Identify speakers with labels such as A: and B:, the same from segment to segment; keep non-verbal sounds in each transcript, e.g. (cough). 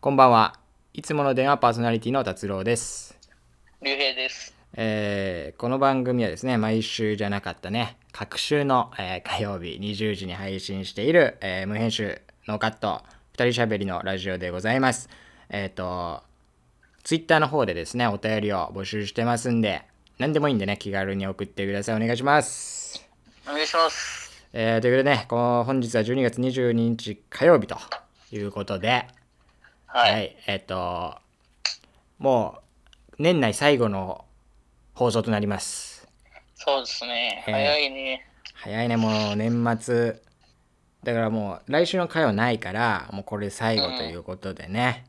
A: こんばんは。いつもの電話パーソナリティの達郎です。
B: 竜兵です。
A: えーこの番組はですね、毎週じゃなかったね、各週の、えー火曜日20時に配信している、えー無編集ノーカット二人しゃべりのラジオでございます。えっ、と、ツイッターの方でですね、お便りを募集してますんで、何でもいいんでね、気軽に送ってください。お願いします。
B: お願いします。
A: えーということでね、この本日は12月22日火曜日ということで、
B: はい。
A: えっ、と、もう年内最後の放送となります。
B: そうですね。
A: えー
B: 早いね。
A: 早いね、もう年末。だからもう来週の会はないから、もうこれ最後ということでね、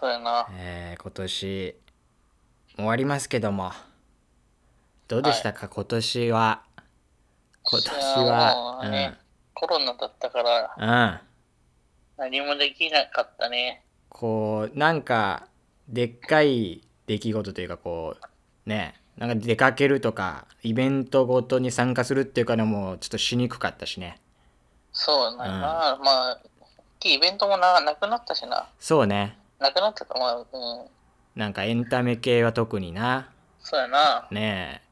B: そうやな。
A: えー今年終わりますけども、どうでしたか、今年は。今年は、
B: いやーもうねコロナだったから
A: うん、うん。
B: 何もできなかったね。
A: こうなんかでっかい出来事というかこうねなんか出かけるとかイベントごとに参加するっていうかねもうちょっとしにくかったしね
B: そうやな。まあ、大きいイベントもななくなったしな。
A: そうね
B: なくなったか、まあ、うん。
A: なんかエンタメ系は特にな
B: そうやな。
A: ねえ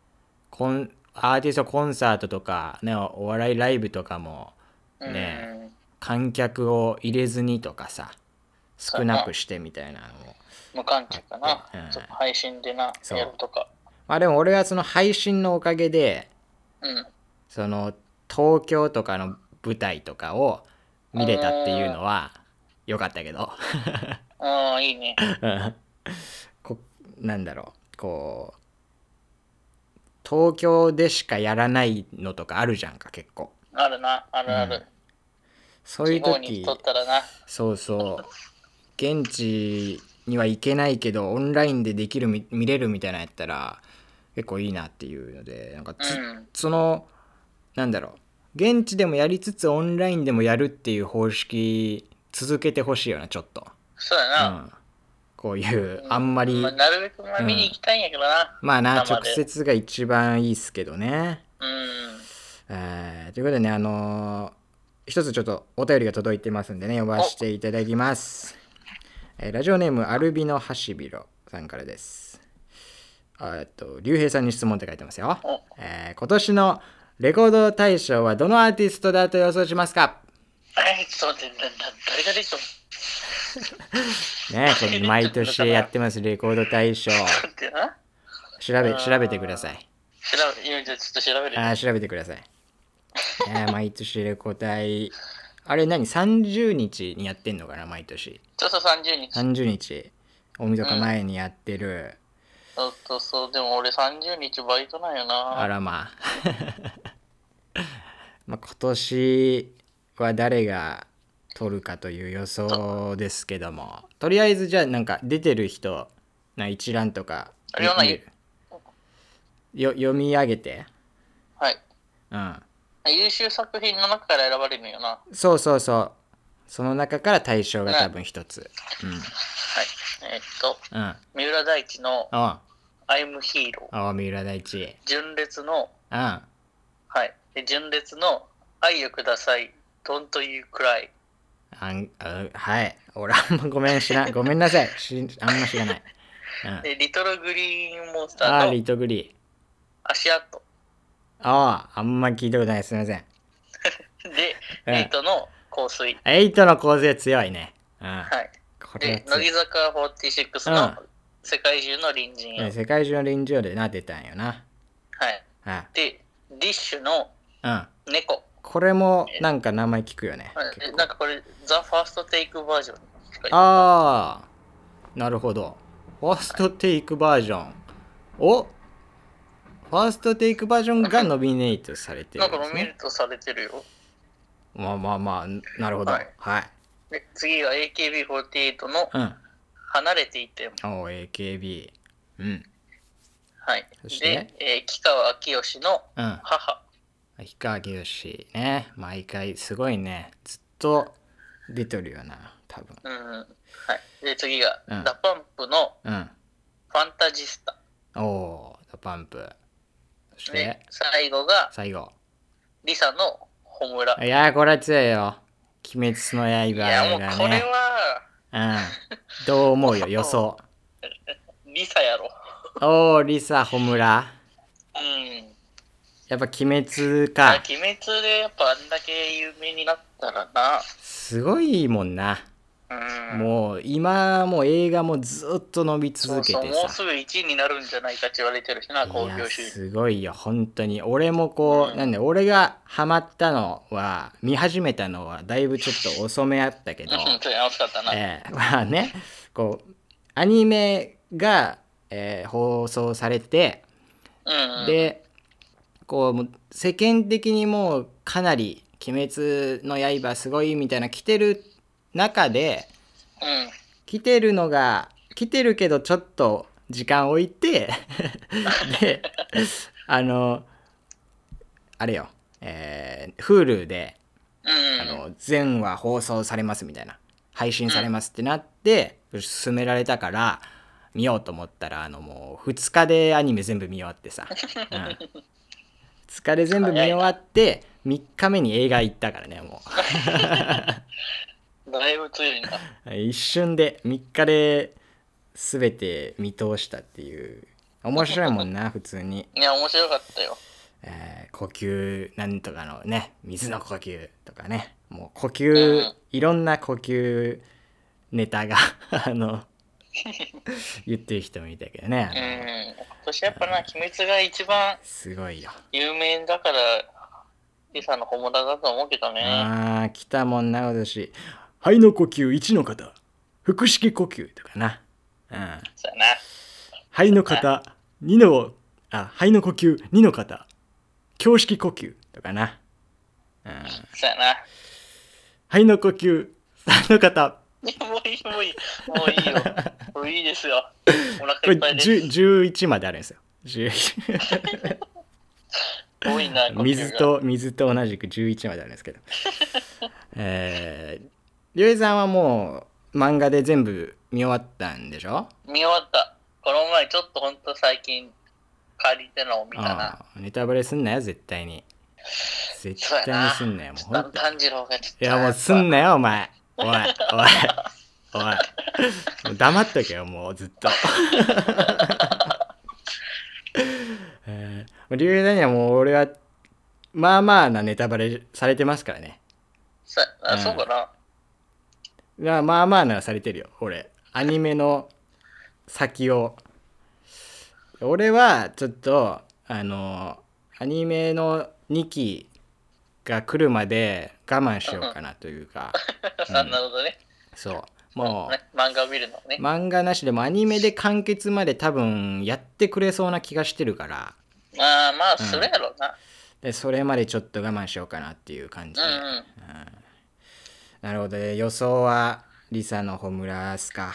A: コンアーティストコンサートとか、ね、お笑いライブとかも
B: うん。
A: ね観客を入れずにとかさ少なくしてみたいなのも
B: 無観客かな。
A: うん
B: ちょっと配信でな、
A: そう
B: やるとか。
A: まあでも俺はその配信のおかげで
B: うん。
A: その東京とかの舞台とかを見れたっていうのは良かったけど
B: うん、いいね。
A: こなんだろうこう東京でしかやらないのとかあるじゃんか結構
B: あるな、あるある。
A: そういう
B: 地方に
A: 時
B: とったらな。
A: そうそう現地には行けないけどオンラインでできるみ見れるみたいなやったら結構いいなっていうのでなんかつ
B: うん。
A: そのなんだろう現地でもやりつつオンラインでもやるっていう方式続けてほしいよなちょっと、
B: そうや
A: う
B: な。
A: ん、こういう
B: うん
A: あんまり
B: まあなるべくまあ見に行きたいんやけどな。
A: まあな
B: 生で
A: 直接が一番いいっすけどね、
B: うん。
A: えーということでねあのー一つちょっとお便りが届いてますんでね呼ばせていただきます、えーラジオネームアルビノハシビロさんからですあえっと竜兵さんに質問って書いてますよ
B: お、
A: えー今年のレコード大賞はどのアーティストだと予想しますか
B: え、ちょっと待って、だだ誰が出ても、
A: ねこれ毎年やってますレコード大賞
B: ちょっと待ってな。
A: 調べ調べてください
B: 調べ、今じゃあちょっと調べる。
A: あー調べてください、えー毎年レコ大あれ何30日にやってんのかな毎年
B: ちょっと30日。
A: 30日大晦日前にやってる、
B: そうそうそう、でも俺30日バイトなんよ
A: あ
B: な。
A: らまあ (laughs) まあ今年は誰が取るかという予想ですけどもとりあえずじゃあなんか出てる人な一覧とか
B: あれはない
A: 見るよ読み上げて
B: はい。
A: うん
B: 優秀作品の中から選ばれるんよな。
A: そうそうそうその中から対象が多分一つ
B: はい。えーっと、
A: うんうん
B: 三浦大知の
A: あ
B: アイムヒーロー。
A: あ三浦大知
B: 純烈の、
A: うん
B: はい。で純烈の愛をください。Don't you cry。
A: あんあはい俺あんまごめん知らんごめんなさいしあんま知ら
B: (laughs)
A: ない、うん、あ
B: で、リトルグリーンモンスタ
A: ー
B: ー
A: リ
B: の
A: トグリー
B: 足跡。
A: あああんま聞いたことないすみません
B: で、
A: うん
B: エイトの香水。
A: エイトの構成強いねうん
B: はい。
A: これは
B: で、
A: 強
B: 乃
A: い
B: 木坂46の世界中の隣人
A: う
B: よ
A: ん。世界中の臨場でな出たんよな
B: はい。
A: は
B: で、ディッシュの
A: いうん
B: 猫。
A: これもなんか名前聞くよね
B: はい
A: 結構
B: なんかこれ、ザ・ファーストテイクバージョン。
A: ああなるほどファーストテイクバージョンおファーストテイクバージョンがノミネートされてる
B: なん
A: ん
B: か
A: で
B: ノ
A: す
B: ミネ
A: ね
B: ートされてるよ。
A: まあまあまあなるほどは
B: はいい、で、次が AKB48 の
A: うん
B: 離れていても。
A: お AKB うん
B: はい
A: そ。して
B: で、えー、木川明義の
A: うん
B: 母。
A: 氷川きよしね毎回すごいねずっと出てるよな多分
B: うん。はい。で、次が、
A: うん
B: ダパンプの
A: うん
B: ファンタジスタ。
A: おおーダパンプそし
B: で
A: て、
B: 最後が、
A: 最後
B: リサのホムラ。
A: いやーこれは強いよ鬼滅の刃
B: いや、もう
A: が
B: これ
A: ね
B: は、
A: うん。どう思うよ、予想。
B: リサやろ。
A: おー、リサ、ホムラ。
B: うん。
A: やっぱ鬼滅
B: あ
A: か。
B: 鬼滅でやっぱあんだけ有名になったらな。
A: すごいもんな。
B: うん。
A: もう今もう映画もずっと伸び
B: そ
A: 続
B: う
A: け
B: そう
A: て
B: もう
A: さ。
B: すぐ1位になるんじゃないかって言われてるしな、興
A: い
B: 行
A: や
B: 収入。
A: すごいよ本当に俺もこう、
B: うん
A: なんで俺がハマったのは見始めたのはだいぶちょっと遅めあったけど、
B: うん、それ楽しかったな。
A: (laughs) えーまあねこうアニメが、えー放送されて
B: うんうん、
A: でこうもう世間的にもうかなり「鬼滅の刃」すごいみたいな来てる中で
B: うん。
A: 来てるのが来てるけどちょっと時間置いてであのあれよえー、Hulu で
B: うん。
A: あの全話放送されますみたいな配信されますってなって勧められたから見ようと思ったらあのもう2日でアニメ全部見終わってさ、うん、2日で全部見終わって3日目に映画行ったからねも
B: だいぶついにな。
A: う一瞬で3日で全て見通したっていう面白いもん
B: (laughs)
A: な普通に、
B: いや、面白かったよ。
A: えー呼吸なんとかのね水の呼吸とかねもう呼吸
B: うん
A: いろんな呼吸ネタが (laughs) あ
B: (laughs)
A: の言ってる人もいたけど
B: うん。
A: ね
B: 今年やっぱな、鬼滅が一番
A: すごいよ
B: 有名だから、リサの本物だと思うけどね。
A: あー来たもんな今年肺の呼吸1の方腹式呼吸とかな、うん、
B: そうやな。
A: 肺の方2のあ肺の呼吸2の方胸式呼吸とかな、うん、
B: そうやな。
A: 肺の呼吸3の方
B: いやもういい、もういい。もういいよ。
A: (laughs)
B: もういいですよ。お
A: こ
B: 腹い
A: れ
B: っぱいです。
A: 10 11まであるんですよ。11
B: (laughs) 多いな、呼吸が
A: 水。と水と同じく11まであるんですけど。えー、りょうえさんはもう漫画で全部見終わったんでしょ
B: 見終わった。この前、ちょっとほんと最近、借りてのを見たな。
A: ああネタバレすんなよ、絶対に。絶
B: そうや
A: 対に
B: な。
A: すんなよ、もうほんと。
B: 炭治郎がちょっと。
A: いや、もうすんなよ、お前。おい、おい、おい。もう黙っとけよ、もうずっと。 (laughs) えー、理由何はもう俺は、まあまあなネタバレされてますからね。
B: さあ、
A: うん
B: そうかな。
A: まあまあまあなされてるよ、俺。アニメの先を。俺は、ちょっと、あの、アニメの2期が来るまで我慢しようかなというか。
B: (laughs) なるほどね。
A: そう。も
B: ね漫画を見るのね
A: う、。漫画なしでもアニメで完結まで多分やってくれそうな気がしてるから、
B: まあまあ、それやろうな。
A: でそれまでちょっと我慢しようかなっていう感じ
B: う
A: で。
B: んうん。
A: なるほど、ね。予想は、リサのホムラっすか。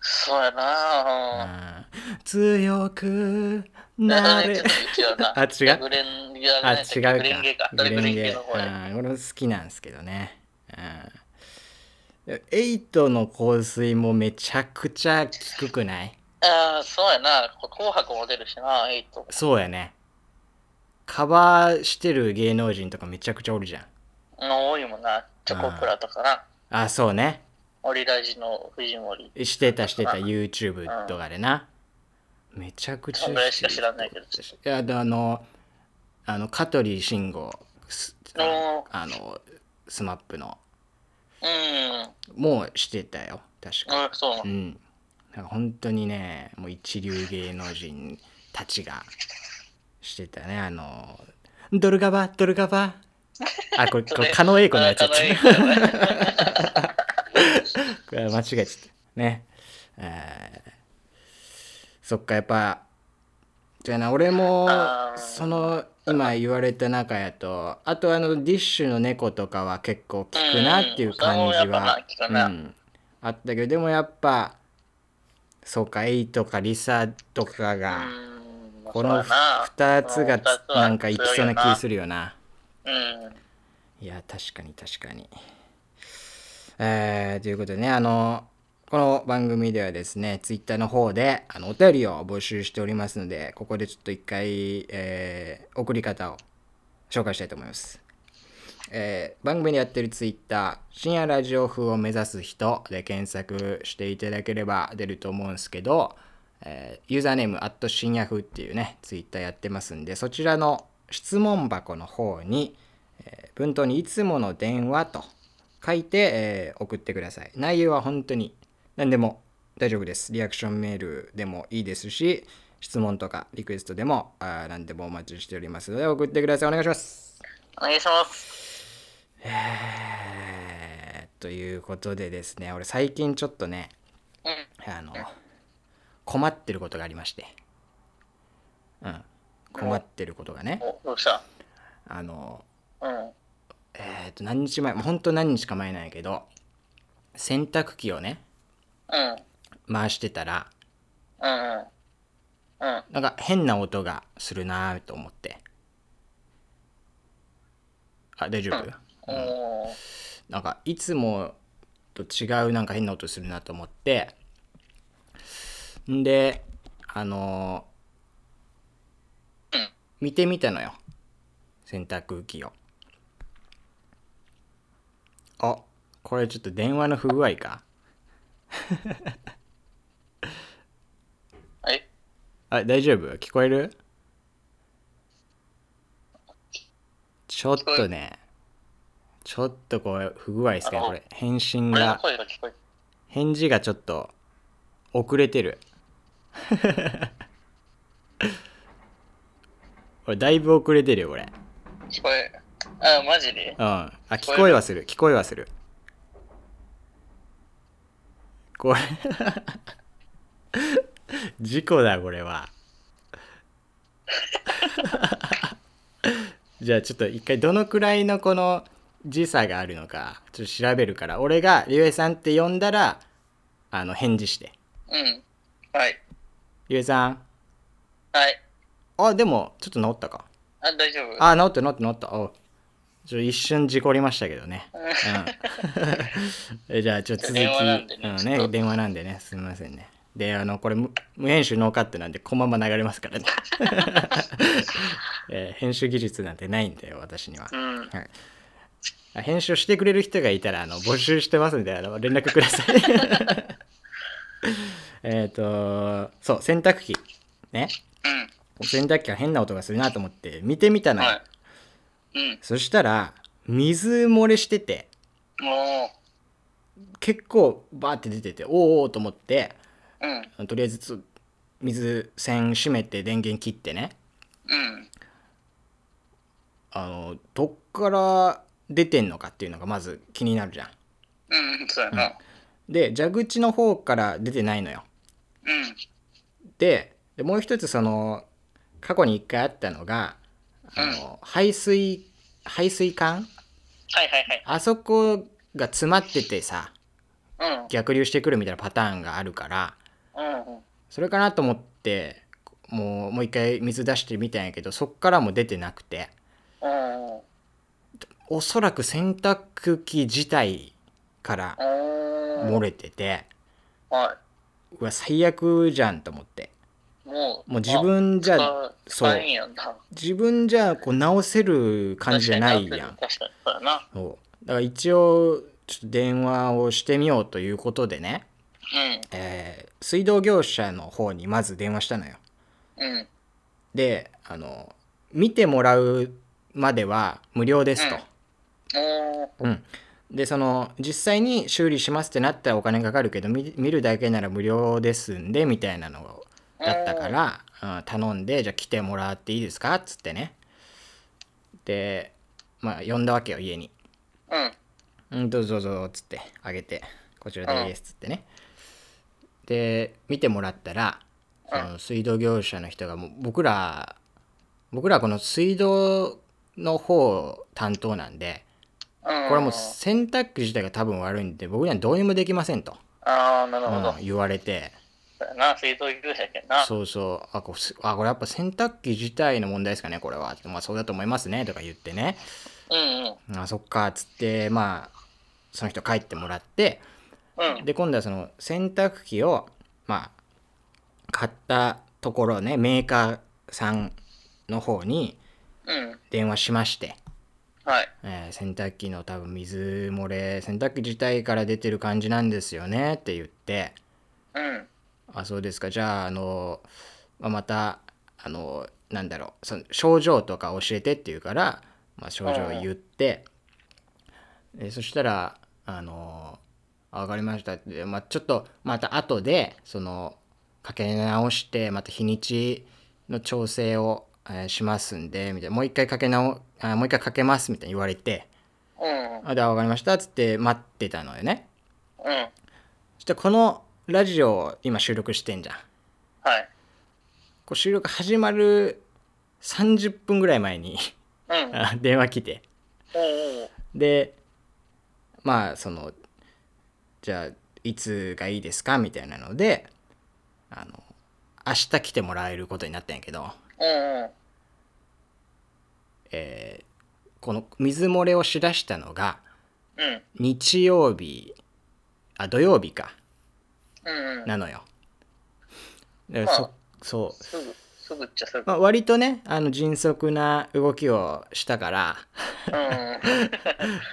B: そうやな。
A: 強く
B: な
A: な
B: (laughs) れ
A: れ
B: て。一応な。
A: あ違う
B: レグレンゲ
A: (laughs) あ、違うか。
B: グレンゲか。
A: グ
B: グ
A: レ
B: レ
A: ン
B: ン
A: ゲ
B: ゲの方や。
A: うん、俺も好きなんですけどね。うん。エイトの香水もめちゃくちゃ低くない
B: ああ、そうやな。紅白も出るしな、エイト。
A: そうやね。カバーしてる芸能人とかめちゃくちゃおるじゃん。
B: 多いもんな。チョコプラとかな。
A: あ、そうね。
B: オリラジの藤森。
A: してたしてた YouTube とかでな。めちゃくちゃ低
B: そんぐらいしか知らないけど。
A: いやであのあの香取慎吾すあのあのスマップの
B: うん。
A: もうしてたよ確か
B: うん、そうな
A: う。んなんか本当にねもう一流芸能人たちがしてたねあのドルガバドルガバあこれこれ狩野英孝のやつやった
B: 田中の影響ね
A: これ間違えちゃったねえーそっかやっぱじゃあな俺も
B: あー
A: その今言われた中やとあとあのディッシュの猫とかは結構効くなっていう感じ
B: うんうん
A: は、
B: それ
A: う、
B: もやっぱな効くなん
A: あったけどでもやっぱそうかエイとかリサとかが、
B: うん
A: この
B: そうやな
A: 2つが
B: この二つは
A: なんかいきそうな気するよな。
B: うん。
A: いや確かに確かに。えーということでねあのこの番組ではですねツイッターの方であのお便りを募集しておりますのでここでちょっと一回、えー送り方を紹介したいと思います。えー番組でやってるツイッター深夜ラジオ風を目指す人で検索していただければ出ると思うんですけど、えーユーザーネームアット深夜風っていうねツイッターやってますんでそちらの質問箱の方に、えー文頭にいつもの電話と書いて、えー送ってください内容は本当に何でも大丈夫ですリアクションメールでもいいですし質問とかリクエストでもあー何でもお待ちしておりますので送ってくださいお願いします
B: お願いします。
A: えーということでですね俺最近ちょっとね
B: うん。
A: あの困ってることがありましてうん困ってることがね
B: お、どうした
A: あの
B: うん。
A: えーと何日前もうほんと何日か前なんやけど洗濯機をね
B: うん。
A: 回してたら
B: うん。うん。うん。
A: なんか変な音がするなーと思ってあ大丈夫、
B: おー
A: なんかいつもと違うなんか変な音するなと思ってんであのー
B: うん
A: 見てみたのよ洗濯機をあこれちょっと電話の不具合か
B: え
A: あ大丈夫聞こえるちょっとねちょっとこれ不具合ですね
B: あの
A: これ返信
B: 俺の
A: が
B: 声が聞こえる。
A: 返事がちょっと遅れてる (laughs) 俺だいぶ遅れてるよ俺
B: 聞こえる。あ、マジで
A: うんあ
B: 聞こ
A: 聞こ
B: える
A: えはする聞こえはするこれ事故だこれは (laughs) じゃあちょっと一回どのくらいのこの時差があるのかちょっと調べるから俺がりゅうえさんって呼んだらあの返事して
B: うん。はい。
A: りゅうえさん
B: はい。
A: あでもちょっと治ったか
B: あ、大丈夫
A: あ治った治った治ったおちょ一瞬事故りましたけどねうん (laughs) えじゃあちょっと続き
B: 電話なんでね
A: うん
B: ちょっと
A: 電話なんでねすみませんねであのこれ無無編集ノーカットなんでこのまま流れますからね、 (laughs) えー編集技術なんてないんだよ私には、
B: うん。
A: はいあ、編集してくれる人がいたらあの募集してますんであの連絡ください (laughs) えっとそう洗濯機ね
B: うん。
A: 洗濯機が変な音がするなと思って見てみたのよ、
B: はい。うん。
A: そしたら水漏れしてて
B: おー
A: 結構バーって出てておーおーと思って
B: うん。
A: とりあえずつ水栓閉めて電源切ってね
B: うん。
A: あのどっから出てんのかっていうのがまず気になるじゃん
B: うん。そうやな。
A: で蛇口の方から出てないのよ
B: うん。
A: ででもう一つその過去に一回あったのがあの排水排水管
B: はいはい
A: あそこが詰まっててさ
B: はい。
A: 逆流してくるみたいなパターンがあるから
B: うん。うん。
A: それかなと思ってもうもう一回水出してみたんやけどそっからも出てなくて
B: うん。
A: おそらく洗濯機自体から
B: おー
A: 漏れてて
B: は
A: うわ最悪じゃんと思って
B: い。もう、
A: もう自分じゃ
B: あ、
A: そう
B: 使えんやんな。
A: 自分じゃこう直せる感じじゃないやん
B: 確かにそうやな。
A: そうだから一応ちょっと電話をしてみようということでね、えー水道業者の方にまず電話したのよ
B: うん。うん。
A: であの見てもらうまでは無料ですと、
B: うんおー
A: うん、でその実際に修理しますってなったらお金かかるけど見見るだけなら無料ですんでみたいなのだったから、うん頼んでじゃあ来てもらっていいですかっつってねでまあ呼んだわけよ家に
B: うん。
A: 「うんどうぞどうぞ」っつってあげて「こちらでーす」っつってねで見てもらったらその水道業者の人がもう僕ら僕らこの水道の方担当なんで
B: うん。
A: これもう洗濯機自体が多分悪いんで僕にはどうにもできませんと、
B: ああ、なるほど。
A: うん言われて
B: そうやな、水道業者やけんな。
A: そうそうあこうすあこれやっぱ洗濯機自体の問題ですかねこれは、まあ、そうだと思いますねとか言ってね
B: うんうん。
A: あそっかっつってまあその人帰ってもらって
B: うん。
A: で今度はその洗濯機をまあ買ったところねメーカーさんの方に
B: うん。
A: 電話しまして
B: はい。
A: えー洗濯機の多分水漏れ洗濯機自体から出てる感じなんですよねって言って
B: うん。
A: あそうですかじゃああの、まあ、またあのなんだろうその症状とか教えてって言うから、まあ、症状を言って、えそしたらあのあ分かりましたって、まあ、ちょっとまた後でそのかけ直してまた日にちの調整を、えーしますんでみたいなもう一回かけ直あもう一回かけますみたいに言われて
B: うん。うん。
A: あでは分かりましたっつって待ってたのよね
B: はい。
A: そしてこのラジオを今収録してんじゃんこう収録始まる30分ぐらい前に (laughs)
B: うん。
A: あ電話来て
B: おうおう。
A: でまあそのじゃあいつがいいですかみたいなのであの明日来てもらえることになったんやけど、
B: うんうん。
A: えーこの水漏れをしだしたのが
B: うん。
A: 日曜日あ土曜日か
B: うんうん。
A: なのよ。で
B: まあ
A: そそう
B: すぐ、すぐっちゃす
A: (laughs)
B: ぐ。
A: まあ、割とねあの迅速な動きをしたから
B: うんう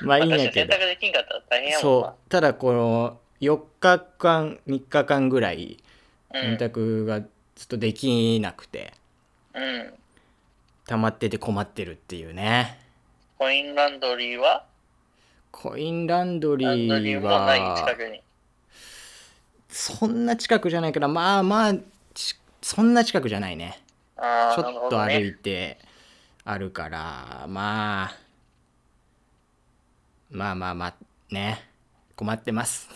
B: ん。
A: まあいいん
B: 私
A: や
B: は
A: け
B: 洗
A: ど
B: 濯できんかったら大変やもん
A: そ
B: な。
A: うただこの4日間3日間ぐらいう洗
B: ん。
A: 濯がずっとできなくて
B: うん。
A: 溜まってて困ってるっていうね
B: コインランドリーは
A: コインランドリ
B: ランドリ
A: ー
B: ーもない
A: は
B: 近くに。
A: そんな近くじゃないからまあまあちそんな近くじゃないね
B: あ
A: ち
B: あ、
A: ょ
B: なる
A: っと
B: ほど
A: 歩
B: ね。
A: いてあるから、まあ、まあまあまあ、ね、困ってます。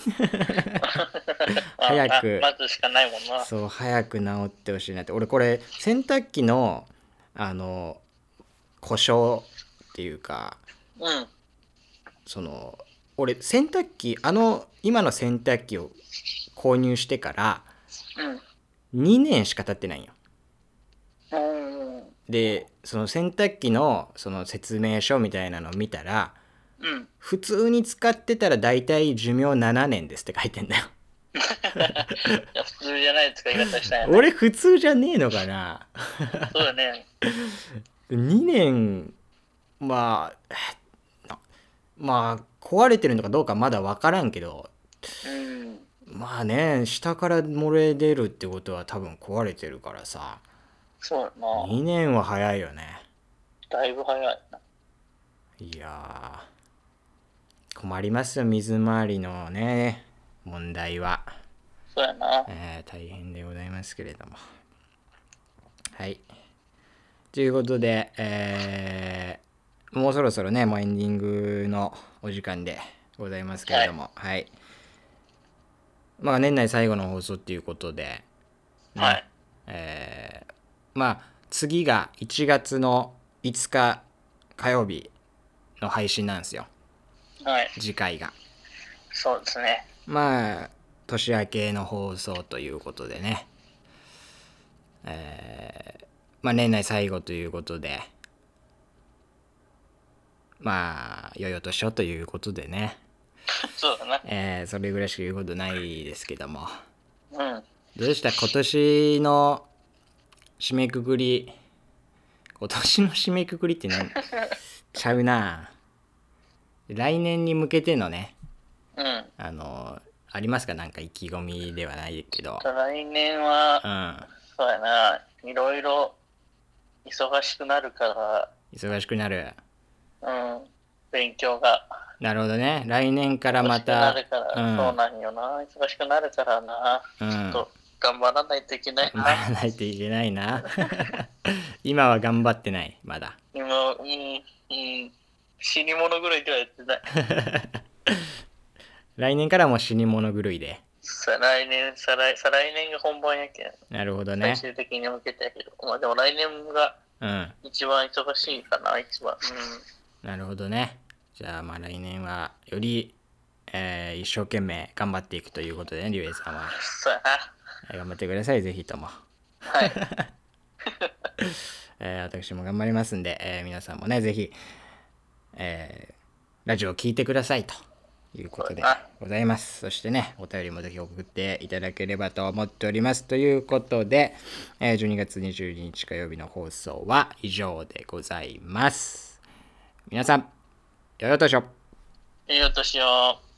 B: あ
A: 早く
B: あ待つしかないもんな。
A: そう、早く治ってほしいなって。俺、これ、洗濯機の、あの、故障っていうか、
B: うん。
A: その、俺、洗濯機、あの、今の洗濯機を購入してから、
B: うん。
A: 2年しか経ってないんよ。
B: うん。
A: で、その洗濯機の、その説明書みたいなのを見たら、
B: うん。
A: 普通に使ってたら大体寿命7年ですって書いてんだよ
B: いや普通じゃない使い方したんやね。
A: 俺普通じゃねえのかな
B: そうだね。
A: 2年まあえなまあ壊れてるのかどうかまだ分からんけど
B: うん。
A: まあね下から漏れ出るってことは多分壊れてるからさ
B: そうやな。
A: 2年は早いよね
B: だいぶ早いな。
A: いやー困りますよ水回りのね問題は。
B: そうやな。
A: えー大変でございますけれども。はい。ということで、えーもうそろそろね、もうエンディングのお時間でございますけれども、はい。まあ、年内最後の放送っていうことで、ね
B: はい。
A: えーまあ、次が1月の5日火曜日の配信なんですよ、
B: はい。
A: 次回が。
B: そうですね。
A: まあ年明けの放送ということでね、えーまあ年内最後ということでまあよいよ年をということでね、
B: そうだな。
A: えーそれぐらいしか言うことないですけども
B: うん。
A: どうでした今年の締めくくり今年の締めくくりって何ちゃうな来年に向けてのね
B: うん。
A: あのありますかなんか意気込みではないけど。
B: 来年
A: う
B: は、
A: ん。
B: そうやな。いろいろ忙しくなるか
A: 忙しくなる。
B: ら、うん。勉強が。
A: なるほどね。来年からま
B: 忙
A: た
B: しくなるか
A: う
B: ら、
A: ん
B: そうなんよな。忙しくなるからな。
A: うん
B: ちょっと頑張らないといけない
A: (laughs) 回
B: な。
A: らないといけないな。 (laughs) 今は頑張ってない、まだ。
B: 今、うん、うん。死に物狂いではやってない。
A: 来年からも死に物狂いで。
B: 再来年、再来、再来年が本番やけん。
A: なるほどね
B: 最。終的に向けてやけど。まあでも来年が
A: うん。
B: 一番忙しいかな、一番。
A: なるほどね。じゃあまあ来年はより、えー一生懸命頑張っていくということでね、リュウエイさんは。
B: うん。そうや
A: えー頑張ってください、ぜひとも。
B: な。はい。
A: (laughs) えー私も頑張りますんで、えー皆さんもね、ぜひ、えーラジオを聞いてくださいということで
B: そうだな
A: ございます。そしてね、お便りもぜひ送っていただければと思っております。ということで、えー12月22日火曜日の放送は以上でございます。皆さん、よいお年を。
B: いいお年を。